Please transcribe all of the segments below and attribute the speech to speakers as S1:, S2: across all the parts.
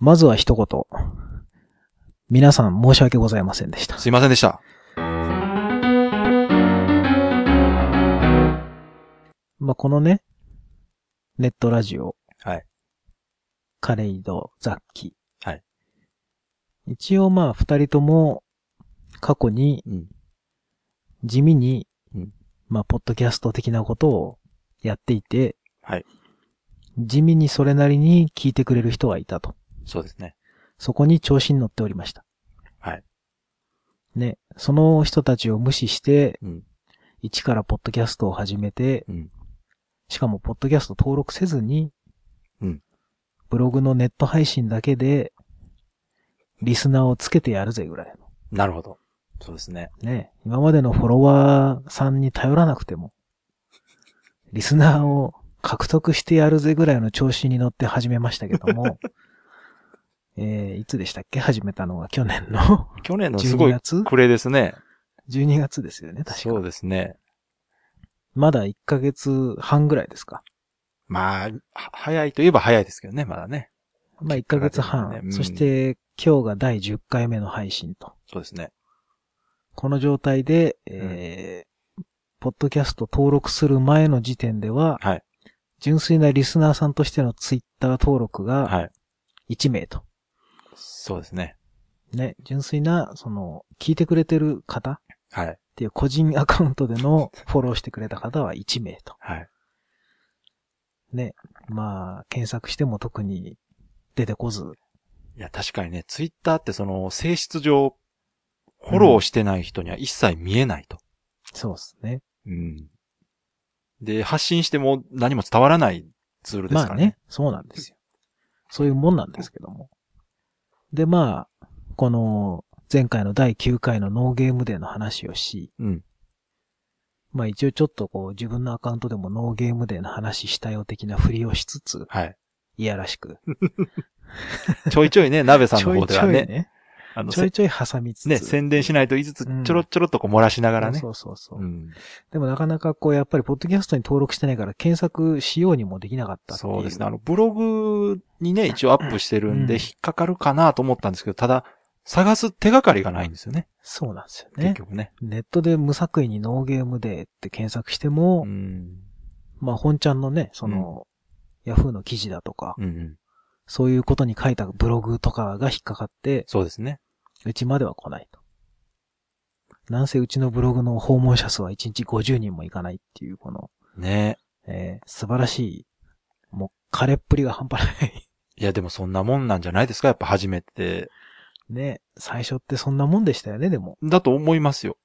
S1: まずは一言。皆さん申し訳ございませんでした。
S2: すいませんでした。
S1: まあ、このね、ネットラジオ。
S2: はい。
S1: カレイド、ザッキ。
S2: はい。
S1: 一応まあ、二人とも、過去に、
S2: うん。
S1: 地味に、
S2: うん
S1: まあ、ポッドキャスト的なことをやっていて、
S2: はい。
S1: 地味にそれなりに聞いてくれる人はいたと。
S2: そうですね。
S1: そこに調子に乗っておりました。
S2: はい。
S1: ね、その人たちを無視して、
S2: うん。
S1: 一からポッドキャストを始めて、
S2: うん。
S1: しかもポッドキャスト登録せずに、
S2: うん
S1: ブログのネット配信だけで、リスナーをつけてやるぜぐらい
S2: なるほど。そうですね。
S1: の。ね、今までのフォロワーさんに頼らなくても、リスナーを獲得してやるぜぐらいの調子に乗って始めましたけど も、えー、いつでしたっけ始めたのが去年の
S2: 去年のすご
S1: 12
S2: い
S1: 月
S2: 暮れですね。
S1: ?12 月ですよね、確
S2: そ
S1: か。
S2: うですね。
S1: まだ1ヶ月半ぐらいですか。
S2: まあ、は早いといえば早いですけどね、まだね。
S1: まあ1ヶ月半。
S2: ねうん
S1: そして今日が第10回目の配信と。
S2: そうですね。
S1: この状態で、えーポッドキャスト登録する前の時点では、
S2: はい
S1: 純粋なリスナーさんとしてのツイッター登録が
S2: はい。
S1: 1名と。
S2: そうですね。
S1: ね、純粋な、その、聞いてくれてる方っ
S2: はい。
S1: ていう個人アカウントで のフォローしてくれた方は1名と。
S2: はい。
S1: ね、まあ、検索しても特に出てこず、
S2: いや、確かにね、ツイッターってその、性質上、フォローしてない人には一切見えないと。
S1: そうですね。
S2: うん。で、発信しても何も伝わらないツールですか
S1: ま
S2: ら
S1: あ
S2: ね
S1: ね。、そうなんですよ。そういうもんなんですけども。で、まあ、この、前回の第9回のノーゲームデーの話をし、
S2: うん。
S1: まあ一応ちょっとこう自分のアカウントでもノーゲームデーの話したよ的なふりをしつつ、
S2: はい。
S1: いやらしく。
S2: ちょいちょいね、鍋さん
S1: ちょ
S2: の
S1: い
S2: 方で
S1: ち
S2: は
S1: ょい
S2: ね、
S1: ね。
S2: あの、
S1: ちょ
S2: せ
S1: いちょい挟みつつ。
S2: ね、宣伝しないと言いつつ
S1: うん、
S2: ちょろちょろっとこう漏らしながらね。
S1: そうそうそう。
S2: うん。
S1: でもなかなかこうやっぱりポッドキャストに登録してないから検索しようにもできなかったっていう。
S2: そうですね。あの、ブログに ね、一応アップしてるんで、
S1: うん
S2: 引っかかるかなと思ったんですけど、ただ、探す手がかりがないんですよね。
S1: そうなんですよ
S2: 結
S1: ね。
S2: 局ね。
S1: ネットで無作為にノーゲームデーって検索しても、
S2: うん。
S1: まあ、本ちゃんのね、その、ヤフーの記事だとか、
S2: うんうん。
S1: そういうことに書いたブログとかが引っかかって、
S2: そうですね。
S1: うちまでは来ないと。なんせうちのブログの訪問者数は1日50人もいかないっていう、この、
S2: ね
S1: えー素晴らしい、もう、枯れっぷりが半端ない。
S2: いや、でもそんなもんなんじゃないですかやっぱ初めて。
S1: ね、最初ってそんなもんでしたよね、でも。
S2: だと思いますよ。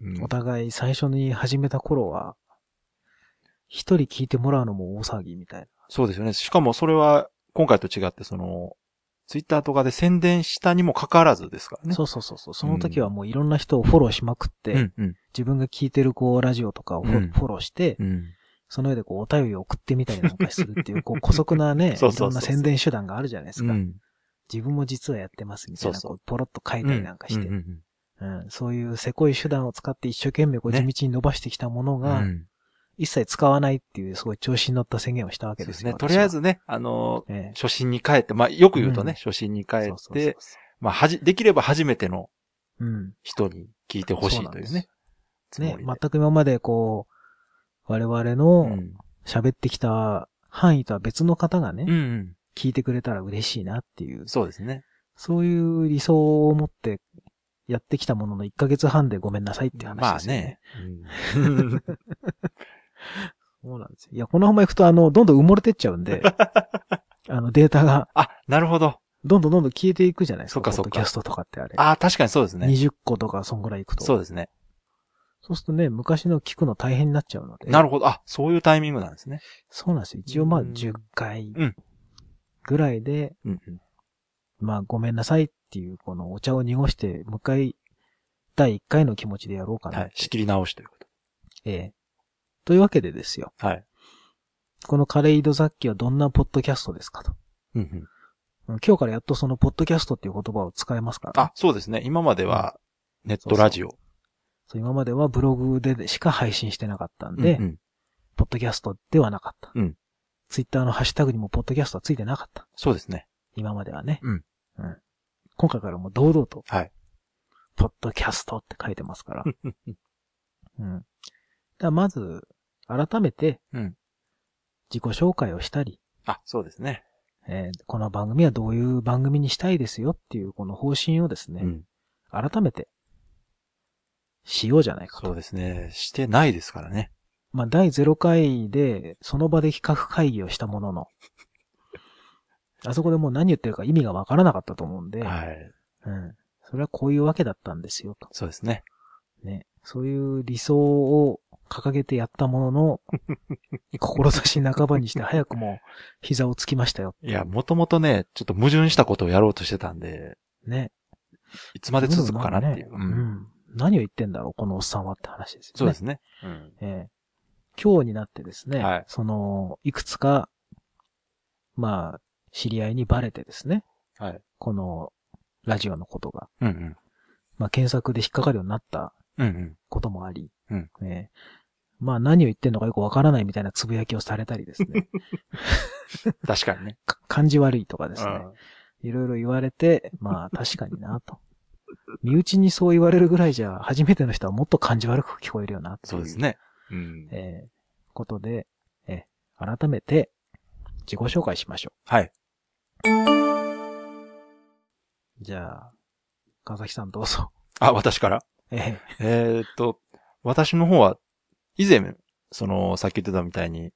S2: うん
S1: お互い最初に始めた頃は、一人聞いてもらうのも大騒ぎみたいな。
S2: そうですよね。しかもそれは、今回と違って、その、ツイッターとかで宣伝したにもかかわらずですからね。
S1: そうそうそうそう。その時はもういろんな人をフォローしまくって、
S2: うん、うん、
S1: 自分が聞いてるこうラジオとかをフォ,、
S2: うん
S1: フォローして、
S2: うん。
S1: その上でこうお便りを送ってみたりなんかするっていう、 こう古速なね、い
S2: そうそ
S1: ろん
S2: うそうそう
S1: な宣伝手段があるじゃないですか。
S2: うん
S1: 自分も実はやってますみたいな、
S2: そう
S1: こ
S2: そう
S1: うポロッと書いたりなんかして、
S2: う
S1: うん
S2: うん
S1: そういうせこい手段を使って一生懸命こう地
S2: ね
S1: 道に伸ばしてきたもの
S2: うんう
S1: が、
S2: ん
S1: 一切使わないっていうすごい調子に乗った宣言をしたわ
S2: そ
S1: け
S2: う
S1: で
S2: ですす
S1: よ
S2: ね。とりあえ、ずね、あの
S1: 私、はええ
S2: 初心に帰って、まあ、よく言うとね、
S1: うん
S2: 初心に帰って、
S1: そうそうそう
S2: まあ、はじ、できれば初めての
S1: そううん。
S2: 人に聞いてほしい
S1: そう
S2: とい
S1: うなんで
S2: ね
S1: す。
S2: つもり
S1: ね
S2: で、
S1: 全く今までこう、我々
S2: う
S1: の
S2: ん。
S1: 喋ってきた範囲とは別の方がね、
S2: うんうん。
S1: 聞いてくれたら嬉しいなっていう
S2: そうですね。
S1: そういう理想を持ってやってきたものの1ヶ月半でごめんなさいっていう話
S2: まあ
S1: ですよね。
S2: ね。うん。
S1: そうなんですよ。いや、このまま行くと、あの、どんどん埋もれてっちゃうん で、あの、データが、
S2: あ、なるほど。
S1: どんどんどんどん消えていくじゃないですか。
S2: そっかそっ
S1: ポ
S2: か
S1: ッドキャストとかってあれ。
S2: あ、確かにそうですね。
S1: 20個とか、そんぐらいいくと。
S2: そ
S1: そ
S2: う
S1: う
S2: ですね。
S1: するとね、昔の聞くの大変になっちゃうので。
S2: なるほど。あ、そういうタイミングなんですね。
S1: そうなんですよ。一応まあ、
S2: うん
S1: 10回
S2: うん
S1: ぐらいで、
S2: うんうん。
S1: まあ、ごめんなさいっていう、このお茶を濁して、もう一回、第1回の気持ちでやろうかな。
S2: はい。仕切り直しということ。
S1: ええ。というわけでですよ。
S2: はい。
S1: このカレイド雑記はどんなポッドキャストですかと。
S2: うんうん。
S1: うん今日からやっとそのポッドキャストっていう言葉を使えますから、
S2: あ、そうですね。今までは、ネットラジオ。
S1: そう今まではブログでしか配信してなかったんで、
S2: うんうん
S1: ポッドキャストではなかった。
S2: うん
S1: ツイッターのハッシュタグにもポッドキャストはついてなかった。
S2: そうですね。
S1: 今まではね。
S2: うん。
S1: うん。今回からもう堂々と。
S2: はい。
S1: ポッドキャストって書いてます から。うん。だからまず、改めて、
S2: うん
S1: 自己紹介をしたり、
S2: あ、そうですね。
S1: えーこの番組はどういう番組にしたいですよっていうこの方針をですね、
S2: うん。
S1: 改めて、しようじゃないか
S2: そう
S1: と。
S2: ですね。してないですからね。
S1: まあ、第0回で、その場で企画会議をしたもの の、あそこでもう何言ってるか意味がわからなかったと思うんで、
S2: はい。
S1: うん。それはこういうわけだったんですよ、と。
S2: そうですね。
S1: ね。そういう理想を掲げてやったもの の、志半ばにして早くも膝をつきましたよ。
S2: いや、もともとね、ちょっと矛盾したことをやろうとしてたんで、
S1: ね。
S2: いつまで続くかなっていう。
S1: う
S2: うん
S1: ん。何を言ってんだろう、このおっさんはって話ですよね。
S2: そうですね。うん。
S1: ええ今日になってですね、
S2: はい
S1: その、いくつか、まあ、知り合いにバレてですね、
S2: はい。
S1: この、ラジオのことが、
S2: うんうん。
S1: まあ、検索で引っかかるようになった
S2: うんうん。
S1: こともあり、
S2: うん
S1: ええまあ、何を言ってんのかよくわからないみたいなつぶやきをされたりです ね、
S2: 確かにね。
S1: か感じ悪いとかで
S2: です
S1: ね、いろいろ言われて、まあ、確かになと。身内にそう言われるぐらいじゃ、初めての人はもっと感じ悪く聞こえるよな、
S2: そうです。ね。うん。
S1: えーことで、えー改めて自己紹介しましょ
S2: はい。
S1: う。じゃあ、川崎さんどうぞ。
S2: あ、私から。
S1: え
S2: えーっと、私の方は、以前、その、さっき言ってたみたいに、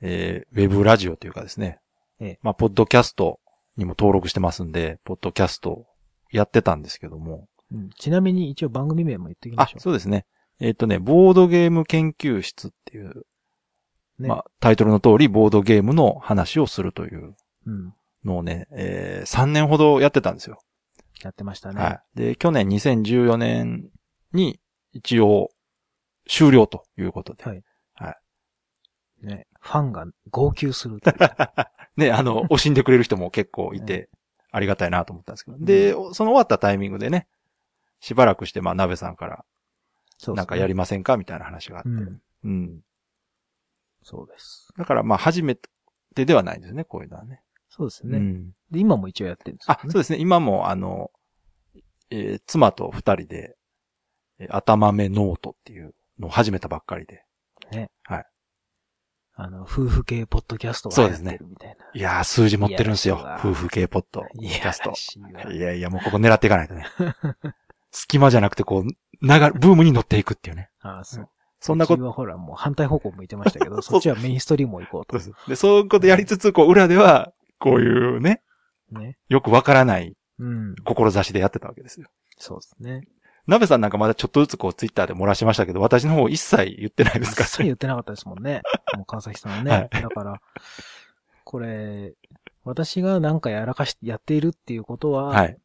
S2: えー、ウェブラジオというかですね。
S1: ええ
S2: まあ、ポッドキャストにも登録してますんで、ポッドキャストやってたんですけども。
S1: ーうんちなみに一応番組名も言っておきま
S2: あ
S1: しょ、う。
S2: そうですね。えーっとね、ボードゲーム研究室っていう、
S1: ね
S2: まあ、タイトルの通り、ボードゲームの話をするという
S1: うん。
S2: のをね、えー、3年ほどやってたんですよ。
S1: やってましたね。
S2: はい。で、去年2014年に一応終了ということで。
S1: はい
S2: は
S1: ね。ファンが号泣するという。
S2: ね、あの、惜しんでくれる人も結構いて、ありがたいなと思ったんですけど。で、その終わったタイミングでね、しばらくして、まあ、鍋さんから、
S1: そうですね
S2: なんかやりませんかみたいな話があって。
S1: うん
S2: うん。
S1: そうです。
S2: だから、まあ、初めてではないですね、こういうのはね。
S1: そうですね。
S2: うん。
S1: で、今も一応やってるんですよ
S2: あ
S1: ね、。
S2: そうですね。今も、あの、えー妻と二人で、えー頭目ノートっていうのを始めたばっかりで。
S1: あの、夫婦系ポッドキャストが
S2: そう
S1: や
S2: で
S1: っ
S2: すね
S1: てるみたいな。
S2: いやー、数字持ってるんです
S1: い
S2: よ
S1: やらし。いわ
S2: 夫婦系ポッド
S1: い
S2: キ
S1: や
S2: ャスト
S1: ら。しいわ
S2: いやいや、もうここ狙っていかないとね。隙間じゃなくて、こう、流れ、ブームに乗っていくっていうね。
S1: ああ、そう。
S2: そんなこ
S1: うち
S2: と。
S1: はほら、もう反対方向向いてま したけど、そっちはメインストリームを行こう
S2: そう
S1: と。
S2: そうで、そういうことやりつつ、こう、裏では、こういうね、
S1: ね。
S2: よくわからない
S1: うん。
S2: 志でやってたわけですよ。
S1: そうですね。
S2: なべさんなんかまだちょっとずつこう、ツイッターで漏らしましたけど、私の方一切言ってないですか
S1: 一切
S2: ら。
S1: 言ってなかったですもんね。もう川崎さんはね。
S2: はい
S1: だから、これ、私がなんかやらかし、やっているっていうことは、
S2: はい。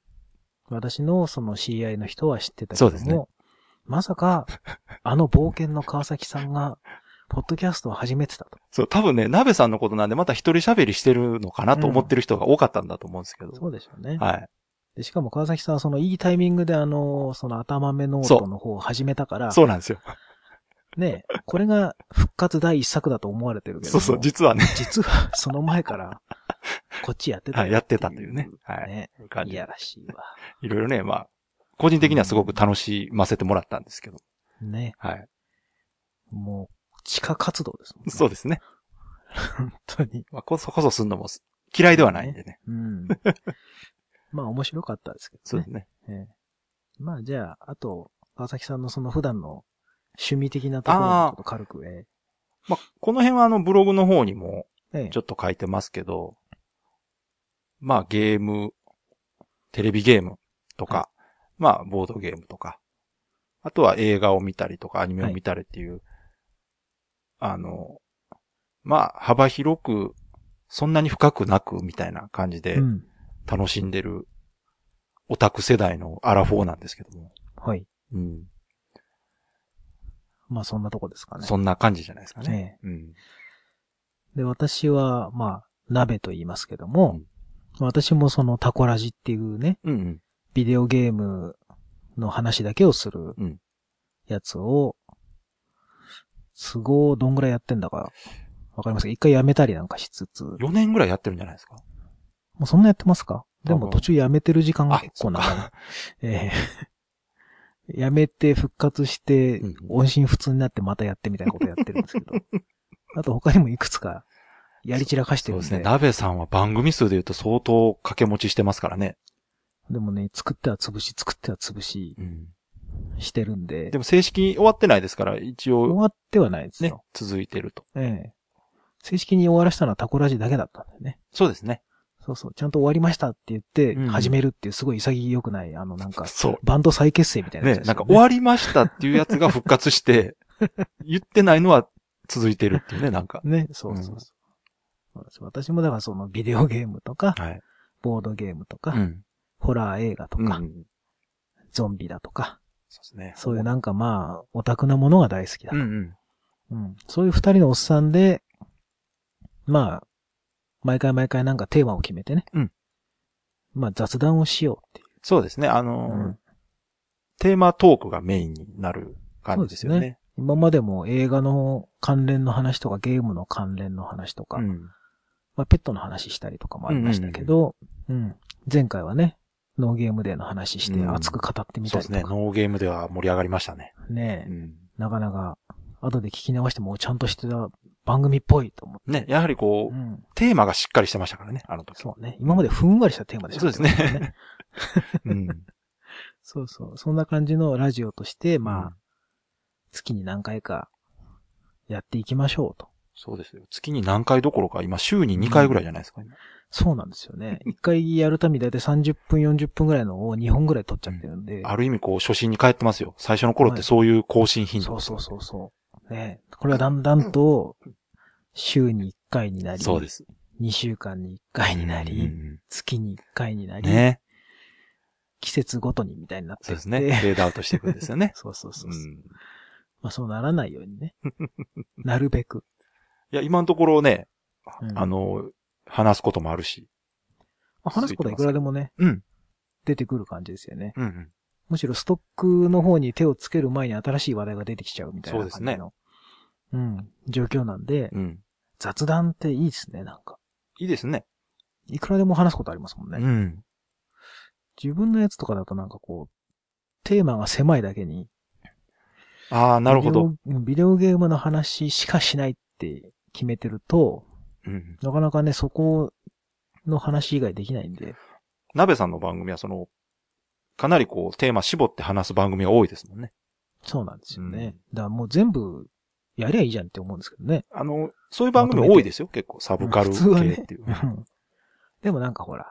S1: 私のその CI の人は知ってたけども、
S2: そうですね
S1: まさか、あの冒険の川崎さんが、ポッドキャストを始めてたと。
S2: そう、多分ね、なべさんのことなんで、また一人喋りしてるのかなと思ってる人が多かったんだと思うんですけど。
S1: そうでしょうね。
S2: はい。
S1: でしかも川崎さんはそのいいタイミングであの、その頭目ノートの方を始めたから、
S2: そうなんですよ。
S1: ね、これが復活第一作だと思われてるけども、
S2: そうそう、実はね、
S1: 実はその前から、こっちやってた
S2: は
S1: よ
S2: い、やってたというね。はい。
S1: ね。
S2: 感じ
S1: いやらしいわ。
S2: いろいろね、まあ、個人的にはすごく楽しませてもらったんですけど。
S1: ね。
S2: はい。
S1: もう、地下活動ですもんね。
S2: そうですね。
S1: 本当に。
S2: まあ、こそこそすんのも嫌いではないんでね。
S1: うん。まあ、面白かったですけ
S2: そ
S1: ど
S2: う
S1: ね
S2: で。す
S1: え
S2: ね。
S1: えまあ、じゃあ、あと、川崎さんのその普段の趣味的なところ
S2: あ
S1: をち
S2: ー
S1: ょっと軽く、え
S2: まあ、この辺はあのブログの方にも
S1: えええ
S2: ちょっと書いてますけど、まあ、ゲーム、テレビゲームとか、まあ、ボードゲームとか、あとは映画を見たりとか、アニメを見たりっていう、あの、まあ、幅広く、そんなに深くなくみたいな感じで、
S1: うん。
S2: 楽しんでるオタク世代のアラフォーなんですけども。
S1: はい。
S2: うん。
S1: まあ、そんなとこですかね。
S2: そんな感じじゃないですか
S1: う
S2: ね。
S1: ね。
S2: うん。
S1: で、私は、まあ、鍋と言いますけども、私もそのタコラジっていうね、
S2: うんうん。
S1: ビデオゲームの話だけをする
S2: うん
S1: やつを、都合どんぐらいやってんだかわかりますか一回やめたりなんかしつつ、
S2: 4年ぐらいやってるんじゃないですか。
S1: もうそんなやってますかで
S2: 多
S1: も
S2: 分
S1: 途中やめてる時間が結構
S2: あそっ
S1: 長い。 ええやめて復活して
S2: うん、
S1: 音信不通になってまたやってみたいなことやってるん ですけど。あと他にもいくつかやり散らかして
S2: そう
S1: るん
S2: で
S1: で。
S2: すね。ダベさんは番組数で言うと相当掛け持ちしてますからね。
S1: でもね、作っては潰し、作っては潰し
S2: うん。
S1: してるんで、
S2: でも正式に終わってないですから、一
S1: 終
S2: 応
S1: わってはないです
S2: ね
S1: よ。、
S2: 続いてると。
S1: ええ正式に終わらしたのはタコラジだけだったんだよね。
S2: そうですね。
S1: そうそう、ちゃんと終わりましたって言って
S2: うん、
S1: 始めるっていうすごい潔くない、あのなんか、
S2: そ。
S1: バンド再結成みたいうなや
S2: ね
S1: つ、です
S2: な
S1: よ
S2: んか終わりましたっていうやつが復活して、 言ってないのは続いてるっていうね、なんか。
S1: ね、そうそうそう。そうです私もだからそのビデオゲームとか、
S2: はい。
S1: ボードゲームとか、
S2: うん。
S1: ホラー映画と
S2: うん。
S1: か、
S2: そう
S1: ゾンビだとか、
S2: ですね。
S1: そういうなんかまあ、オタクなものが大好きだ。
S2: うんうん。
S1: うんそういう二人のおっさんで、まあ、毎回毎回なんかテーマを決めてね。
S2: うん
S1: まあ雑談をしようってい
S2: そうですね。あの
S1: う。
S2: ー
S1: うん
S2: テーマトークがメインになる感じですよね。
S1: 今までも映画の関連の話とかゲームの関連の話とか、
S2: うん。
S1: まあペットの話したりとかもありましたけど、うん前回はね、ノーゲームデーの話して
S2: うん
S1: 熱く語ってみ
S2: そ
S1: た
S2: う
S1: り
S2: で
S1: と
S2: す
S1: か、
S2: ね。ノーゲームでは盛り上がりましたね。
S1: ね
S2: うん。
S1: なかなか後で聞き直してもちゃんとしてた番組っぽいと思って。
S2: ね、やはりこ
S1: う
S2: う、
S1: ん、
S2: テーマがしっかりしてましたからね、あの時。
S1: そうね。今までふんわりしたテーマでし
S2: そう
S1: た
S2: です。 ね。うん。
S1: そうそう。そんな感じのラジオとして、まあ、
S2: うん
S1: 月に何回かやっていきましょうと。
S2: そうですよ。月に何回どころか、今週に2回ぐらいじゃないですか、今
S1: そうなんですよね。一回やるためにだいたい30分、40分ぐらいのを2本ぐらい撮っちゃってるん で。
S2: ある意味こう、初心に帰ってますよ。最初の頃ってそういう更新頻
S1: そ
S2: 度。
S1: うそうそうそう。ねこれはだんだんと、週に1回になり、
S2: そうです。
S1: 2週間に1回になり、
S2: うん
S1: 月に1回になり、
S2: ね。
S1: 季節ごとにみたいになって
S2: そうです
S1: って。
S2: ね。フェードアウトしていくんですよね
S1: そうそう そううそう。
S2: ん
S1: まあそうならないように ね。なるべく。
S2: いや、今のところね、
S1: うん
S2: あの、話すこともあるし。
S1: まあ話すことはいくらでもね、
S2: うん。
S1: 出てくる感じですよね。
S2: うんうん。
S1: むしろストックの方に手をつける前に新しい話題が出てきちゃうみたいな感じの。
S2: そうです
S1: うん。状況なんで、
S2: うん。
S1: 雑談っていいですね、なんか。
S2: いいですね。
S1: いくらでも話すことありますもんね。
S2: うん。
S1: 自分のやつとかだとなんかこう、テーマが狭いだけに。
S2: ああ、なるほど。
S1: ビデオ。ビデオゲームの話しかしないって決めてると、
S2: うん。
S1: なかなかね、そこの話以外できないんで。
S2: 鍋さんの番組はその、かなりこう、テーマ絞って話す番組が多いですもんね。
S1: そうなんですよね。
S2: う
S1: だからもう全部やりゃいいじゃんって思うんですけどね。
S2: あの、そういう番組多いですよ、結構。サブカル系
S1: 普通はね
S2: っていう。
S1: うんでもなんかほら、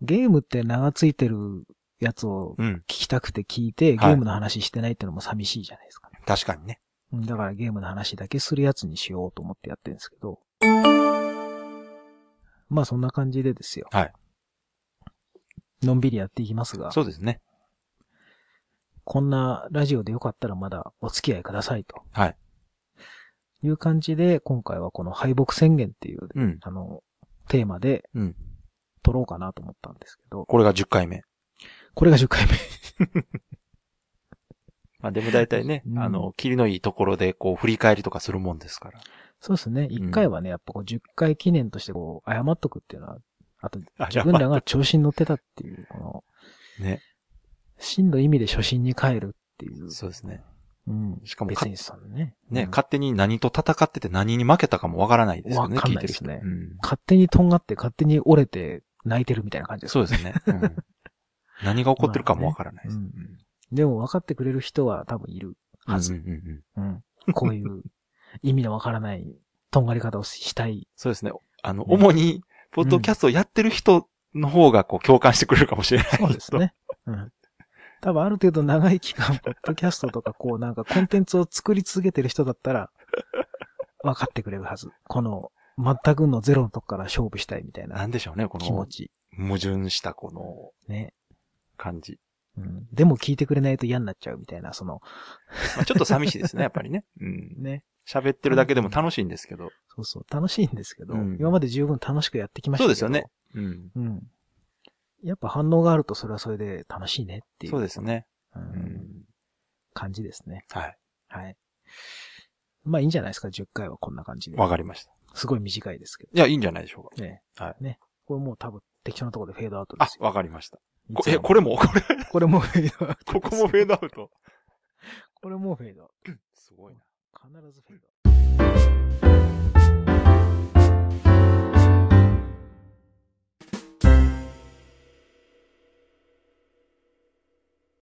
S1: ゲームって名がついてるやつを
S2: うん。
S1: 聞きたくて聞いて、ゲ
S2: はい
S1: ームの話してないってのも寂しいじゃないですか。
S2: 確かにね。
S1: うんだからゲームの話だけするやつにしようと思ってやってるんですけど。まあそんな感じでですよ。
S2: はい。
S1: のんびりやっていきますが、
S2: そうですね。
S1: こんなラジオでよかったらまだお付き合いくださいと。
S2: はい。
S1: いう感じで、今回はこの敗北宣言っていう、
S2: うん。
S1: あの、テーマで
S2: うん。
S1: 撮ろうかなと思ったんですけど、
S2: これが10回目。
S1: これが10回目。
S2: まあでも大体ね、
S1: うん
S2: あの、切りのいいところでこう、振り返りとかするもんですから。
S1: そうですね。
S2: うん
S1: 1回はね、やっぱこう10回記念としてこう、謝っとくっていうのは、あと
S2: あ
S1: 自分らが調子に乗ってたっていう、この、
S2: ね。
S1: 真の意味で初心に帰るっていう。
S2: そうですね。
S1: うん。
S2: しかも
S1: 別にそのね。
S2: ね、
S1: うん
S2: 勝手に何と戦ってて何に負けたかもわからないですよね、
S1: わかん
S2: 聞い
S1: ない
S2: て
S1: で
S2: る
S1: す
S2: 人。
S1: ね
S2: うん
S1: 勝手にとんがって、勝手に折れて泣いてるみたいな感じです
S2: そうですね。 うん何が起こってるかもわからないです。
S1: まあねでも分かってくれる人は多分いるはず。
S2: うんうんうんうん
S1: うん。こういう意味のわからないとんがり方をしたい。
S2: そうですね。あの、
S1: ね
S2: 主に、ポッドキャストをやってる人の方がこう、共感してくれるかもしれない。
S1: そうですね。うん。多分ある程度長い期間、ポッドキャストとかこうなんかコンテンツを作り続けてる人だったら、分かってくれるはず。この、全くのゼロのとこから勝負したいみたい
S2: な
S1: なん
S2: でしょうね、こ
S1: 気持
S2: の、
S1: ち。
S2: 矛盾したこの
S1: ね。
S2: 感じ。
S1: うんでも聞いてくれないと嫌になっちゃうみたいな、その、
S2: まあ ちょっと寂しいですね、やっぱりね。うん。
S1: ね。
S2: 喋ってるだけでも楽しいんですけど。
S1: そうそう、楽しいんですけど、
S2: うん
S1: 今まで十分楽しくやってきました
S2: そう
S1: け
S2: で
S1: ど。
S2: すよね。。うん。
S1: うん。やっぱ反応があるとそれはそれで楽しいねっていう。
S2: そうですね。
S1: う。
S2: うんん。
S1: 感じですね。
S2: はい。
S1: はい。まあいいんじゃないですか、10回はこんな感じで
S2: わ。かりました。
S1: すごい短いですけど。
S2: いや、いいんじゃないでしょうか。
S1: ね。
S2: はい
S1: ね。これもう多分適当なところでフェードアウトで
S2: あ
S1: す、よ。
S2: わかりました。
S1: い
S2: こ
S1: つ
S2: え、
S1: も
S2: これもこれ、
S1: これもフェードアウト。
S2: ここもフェードアウト。
S1: これもフェードアウト。
S2: すごいな。
S1: 必ずフェードアウト。